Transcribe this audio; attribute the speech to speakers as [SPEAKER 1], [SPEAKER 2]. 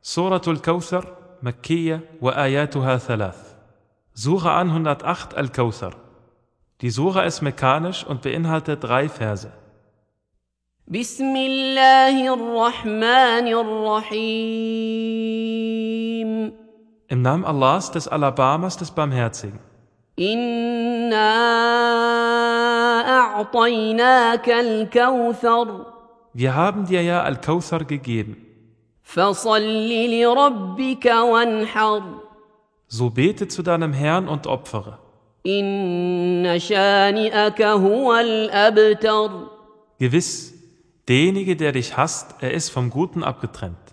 [SPEAKER 1] Surah Al-Kawthar, Makkiyya wa ayatuha thalath. Sura 108 Al-Kawthar. Die Sura ist mekanisch und beinhaltet drei Verse.
[SPEAKER 2] بسم الله الرحمن الرحيم
[SPEAKER 1] Im Namen Allahs des Alabamas des Barmherzigen.
[SPEAKER 2] إنا أعطيناك الكوثر
[SPEAKER 1] Wir haben dir ja Al-Kawthar gegeben.
[SPEAKER 2] فصل لربك وانحر
[SPEAKER 1] So bete zu deinem Herrn und opfere.
[SPEAKER 2] إن شانئك هو الأبتر
[SPEAKER 1] Gewiss, derjenige, der dich hasst, er ist vom Guten abgetrennt.